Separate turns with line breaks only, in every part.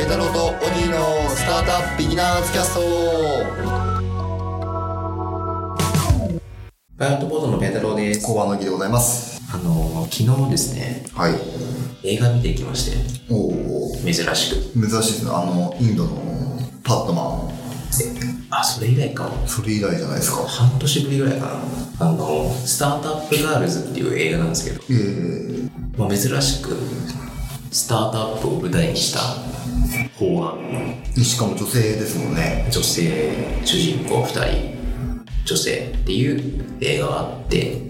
イ太郎とオギーのスタートアップビギナーズキャスト
バイアウトボードのペンタロウです。
工場の木でございます
あの、昨日ですね、
はい
映画見てきまして、
おお
珍しく。
珍しいですねあのインドのパットマ
あ、それ以来か。
ンそれ以来じゃないですか
半年ぶりぐらいかな。あの、スタートアップガールズっていう映画なんですけど、
えー、
まあ、珍しく、スタートアップを舞台にした法案。
しかも女性ですもんね
女性、主人公2人、女性っていう映画があって、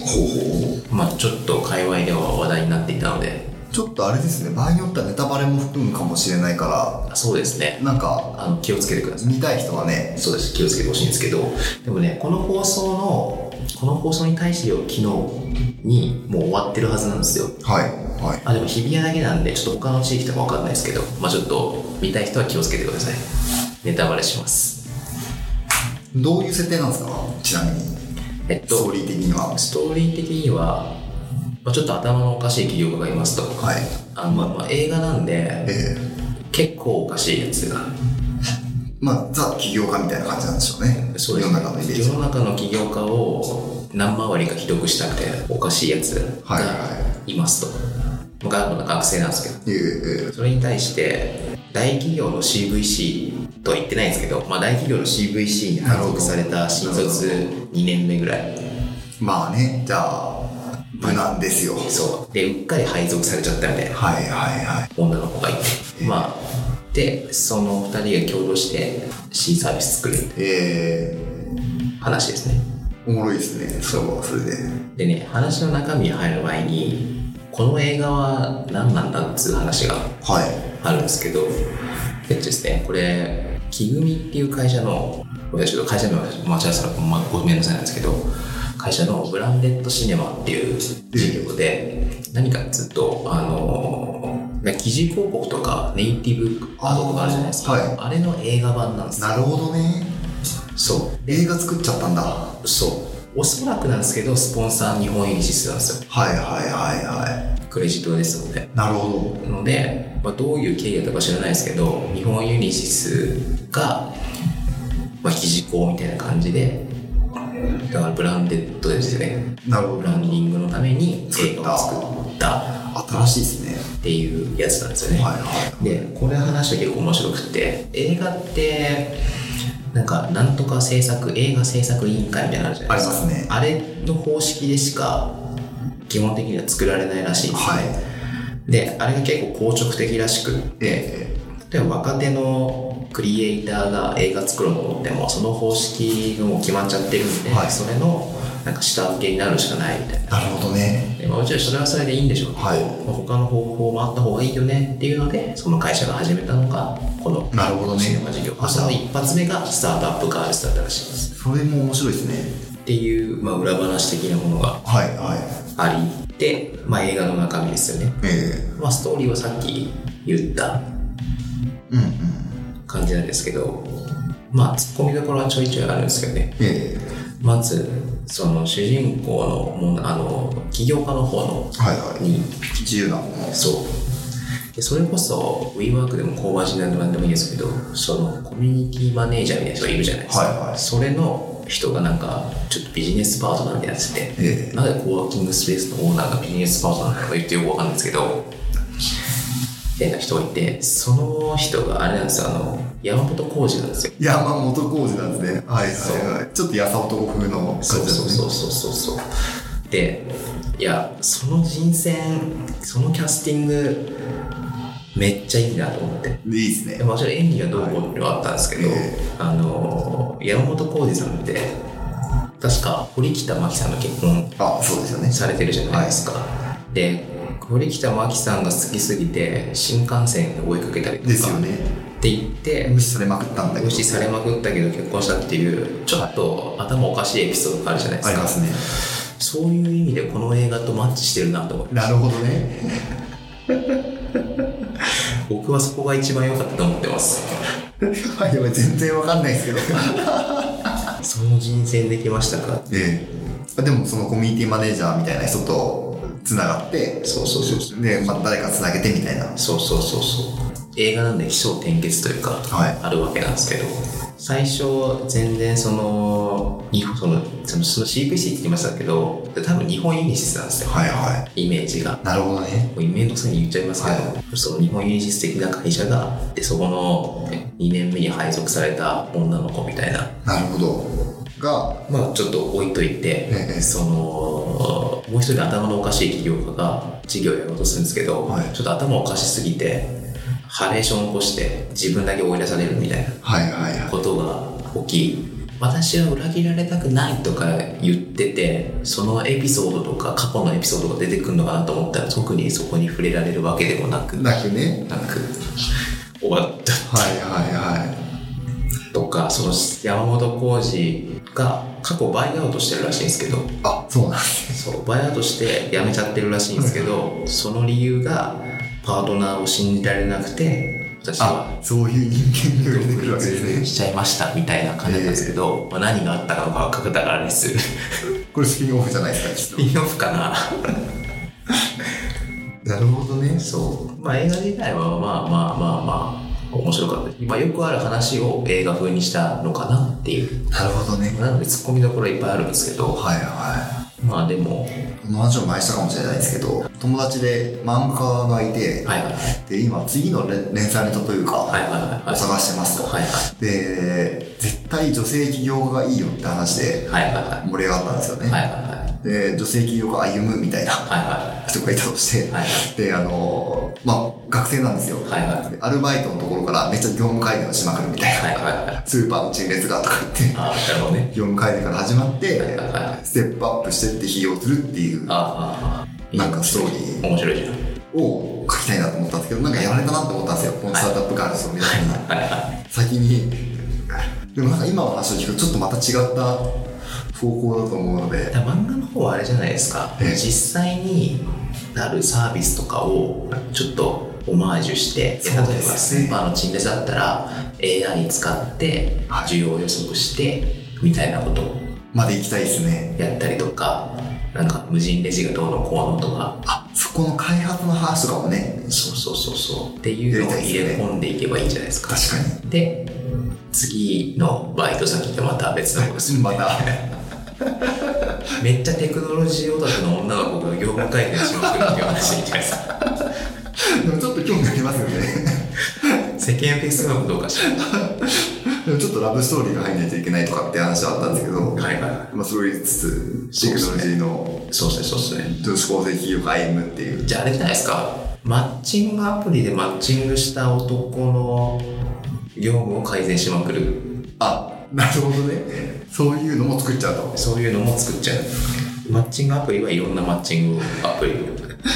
ほうほう
まあ、ちょっと界隈では話題になっていたので、
ちょっとあれですね場合によってはネタバレも含むかもしれないか
あそうです
ら
ね。
なんか
あの、気をつけてください。
見たい人はね
そうです気をつけてほしいんですけどでもねこの放送のこの放送に対してよ昨日にもう終わってるはずなんですよ
はいはい
あでも日比谷だけなんでちょっと他の地域とかわかんないですけどまあちょっと見たい人は気をつけてくださいネタバレします
どういう設定なんですかちなみに
えっ
ストー
と
リー的には
ストーリー的には、まあ、ちょっと頭のおかしい企業家がいますと
はい
あのまあまあ映画なんで
えー、
結構おかしいやつが
まあザ起業家みたいな感じなんでしょうね
そうです
世の中のイメージ
世の中の起業家を何回りかひどくしたくておかしいやつ
はい
が
はい
ますと、がまだ学生なんですけど
いええ
それに対して大企業の CVC とは言ってないんですけど、まあ、大企業の CVC に配属された新卒2年目ぐらい
まあねじゃあ無難ですよはい
そうでうっかり配属されちゃったみたいな
はいはい
女の子がいてまあでその2人が共同して C サービス作るって
え
話ですね
ー、おもろいですねそれはそれで
でね話の中身に入る前にこの映画は何なんだっつう話が
はい
あるんですけどえっとですねこれ木組っていう会社の私ちょっと会社名は間違えたら、まあ、ごめんなさいなんですけど会社のブランデッドシネマっていう事業で何かっつうとあのね記事広告とかネイティブアドとかあるじゃないですかあ,、
あーはい
れの映画版なんですよ
なるほどね
そ
映画作っちゃったんだは
うそうおそらくなんですけどスポンサー日本イニシスなんですよ
いはいはいは
クレジットですので。
いなるほ
なので、まあ、どういう経緯だったか知らないですけど、日本ユニシスが、まあ、記事校みたいな感じで、だからブランデッドですよね。
どなるほ
ブ
ど
ランディングのために映画を作った
新しいですね
っていうやつなんですよね。
はいはい
で、これ話は結構面白くって、映画って、なんか、なんとか制作、映画制作委員会みたいなのあるじゃないですか。
ありますね
あれの方式でしか、基本的には作られないらしいんですね。
はい
であれが結構硬直的らしくっ
え
て
え
例えば若手のクリエイターが映画作ろうと思ってもその方式がもう決まっちゃってるんで、
はい
それのなんか下請けになるしかないみたいな
なるほどね
で、まあ、もちろんそれはそれでいいんでしょうけど、
はい
まあ他の方法もあった方がいいよねっていうのでその会社が始めたのがこの
なるほどね
シネマ事業
あ
その一発目がスタートアップガールズだったらしいです
それも面白いですね
っていう、まあ、裏話的なものが
はいはい
ありで、まあ、映画の中身ですよね、
え
まあ、ストーリーはさっき言った
えうんうん
感じなんですけどまあツッコミどころはちょいちょいあるんですけどね
え
まずその主人公のもうあの起業家の方の
えはいはい
に
自由なもの
そうでそれこそ WeWork でも工場人なんでも何でもいいんですけどそのコミュニティマネージャーみたいな人がいるじゃないですか、
はいはい
それの人がなんかちょっとビジネスパートナーみたいなやつで、
ええ
なぜコワーキングスペースのオーナーがビジネスパートナーなのか言ってよくわかんないんですけどみたいな人がいてその人があれなんですよあの山本浩二なんですよ
山本浩二なんですねはいはいはいちょっとやさ男風の感じ
そう
ですね
そうそうそうそうそうでいやその人選そのキャスティングめっちゃいいなと思って
でいいですね
でもちろん演技がどうこうっていうのはあったんですけど、
はいえ
あの山本浩二さんって確か堀北真希さんの結婚
あそうですよね
されてるじゃないですか、で堀北真希さんが好きすぎて新幹線で追いかけたりとか
ですよね
って言って
無視されまくったんだけど
無視されまくったけど結婚したっていうちょっと頭おかしいエピソードがあるじゃないで
あ
す
り
か、
ますね
そういう意味でこの映画とマッチしてるなと思って
なるほどね
僕はそこが一番良かったと思ってます
はい俺全然わかんないですけど
その人選できましたか
ええでもそのコミュニティマネージャーみたいな人とつながって
そうそうそう
で、まあ、誰かつなげてみたいな
そうそうそうそう映画なんで起承転結というか、
はい
あるわけなんですけど最初全然その日本そのそのその CVC って言いましたけど多分日本輸入してたんですよ
はいは
イメージが
い。なるほどね。
もうイメージのせいに言っちゃいますけど、その日本輸出的な会社がでそこの2年目に配属された女の子みたいな
なるほど。が、
まあちょっと置いといて、
ええ
そのもう一人の頭のおかしい起業家が事業をやろうとするんですけど、
はい
ちょっと頭おかしすぎてハレーションを起こして自分だけ追い出されるみたいな
はいはいはい。
ことが起き私は裏切られたくないとか言っててそのエピソードとか過去のエピソードが出てくるのかなと思ったら特にそこに触れられるわけでもなくな
なくね。
く終わった
はいは
とかその山本浩二が過去バイアウトしてるらしいんですけど
いはい。あ、そうなんです。
そうバイアウトして辞めちゃってるらしいんですけどその理由がパートナーを信じられなくて私は
あ、そういう人間が出てくるわけですね。
しちゃいましたみたいな感じなんですけど、まあ、何があったかのかは確かだから です
これスピンオフじゃないですか、きっ
ピンオフかな
と。なるほどね。
そうまあ映画自体はまあまあまあまあ面白かったまあよくある話を映画風にしたのかなっていう
なるほどね。
なのでツッコミどころいっぱいあるんですけど
はいは
まあでも
い。この話を前にしたかもしれないですけど、友達で漫画家がいて、
はいはいはい
で、今次の連連載ネタというか、
はいはいはい
を探してますと。
はいは
で、絶対女性起業家がいいよって話で
いはいはいは
盛り上がったんですよね。
いはいはいはい
で、女性起業家歩むみたいな
は
人がいたとして、
いはいはい
で、あの、まあ、学生なんですよ。
はいはい
でアルバイトのところからめっちゃ業務改善をしまくるみたいな。
はいはいはい
スーパーの陳列がとか言って、
ああなるほどね
業務改善から始まって
はいはいは、
ステップアップしてって起業するっていう、
ああ
なんかストーリー
面白いじゃん
を書きたいなと思ったんですけど、なんかやられたなと思ったんですよ。このスタートアップガールズを見たいな。
はいはい
先にでもなんか今の話を聞くとちょっとまた違った方向だと思うので
だから漫画の方はあれじゃないですか
ええ
実際になるサービスとかをちょっとオマージュしてで例え
そう
ば
ですね
スーパーの陳列だったら AI 使って
はい
需要を予測してみたいなことを
まで行きたいですね
やったりとかなんか無人レジがどうのこうのとか
あそこの開発の話とかもね
そうそうそうそうっていうのを入れ込んでいけばいいんじゃないですか
確かに
で次のバイト先でまた別のことする
また
めっちゃテクノロジーオタクの女の子が業務改善しまくるっていう話みたいなさ
でもちょっと興味ありますよね
世間フェスなのかどうかし ら
でもちょっとラブストーリーが入んないといけないとかって話はあったんですけど、
はいは
まあ、それを言いつつテ
そうで
ク
す
ノ
ね
ロジーの
いそうですねそうですね
女子高生企業が歩むっていう
じゃああれじゃないですかマッチングアプリでマッチングした男の業務を改善しまくる
あなるほどねそういうのも作っちゃうと
そういうのも作っちゃうマッチングアプリはいろんなマッチングアプリ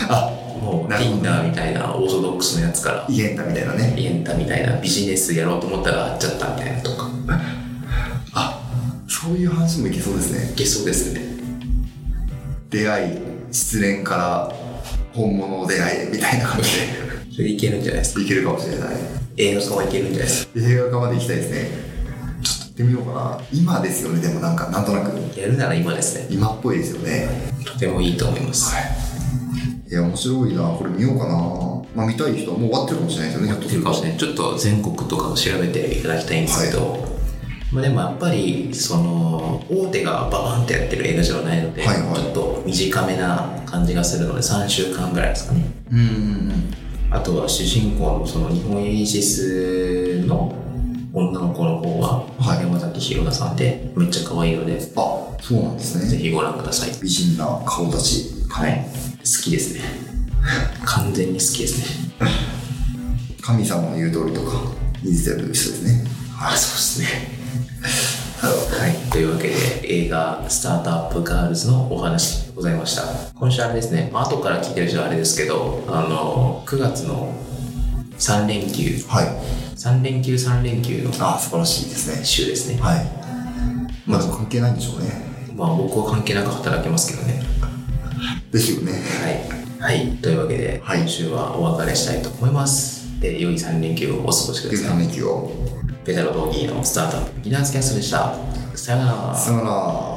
あ
もう
なるほど
Tinder みたいなオーソドックスのやつから
イエンタみたいなね
エンタみたいなビジネスやろうと思ったらあっちゃったみたいなとか
あそういう話もいけそうですね
いけそうですね
出会い失恋から本物の出会いみたいな感じ
それいけるんじゃないです か
でいけるかもしれない
映画化はいけるんじゃないですか
映画化まで行きたいですねちょっと行ってみようかな今ですよねでもなんかなんとなく
やるなら今ですね
今っぽいですよね
とてもいいと思います、
いや面白いなこれ見ようかなまあ見たい人はもう終わってるかもしれないですよねひょっと
と
する
いう
と
かですねちょっと全国とかを調べていただきたいんですけど、まあ、でもやっぱりその大手がババンってやってる映画じゃないので、
はいはい
ちょっと短めな感じがするので3週間ぐらいですかね
うんうんうん
あとは主人公のその日本ユニシスの女の子の方は
はい
山崎ひろなさんでめっちゃ可愛いので、
あそうなんです
ぜ
ね
ひご覧ください
美人な顔立ち
はい好き ですね完全に好きですね
神様の言う通りとか似てる人ですね
あそうですね
なるほど
はいというわけで映画「スタートアップガールズ」のお話でございました今週あれですね、まあ後から聞いてる人はあれですけどあの9月の3連休
はい
3連休3連休の
あ素晴らしいですね
週ですね
はいまあでも関係ないんでしょうね
まあ僕は関係なく働けますけどね
ですよね。
はい、はい、というわけで、
はい
今週はお別れしたいと思いますで良い3連休をお過ごし くださ
3
い
連休を。
ペタロドーギーのスタートアップビギナーズキャストでしたさようなら
さよなら。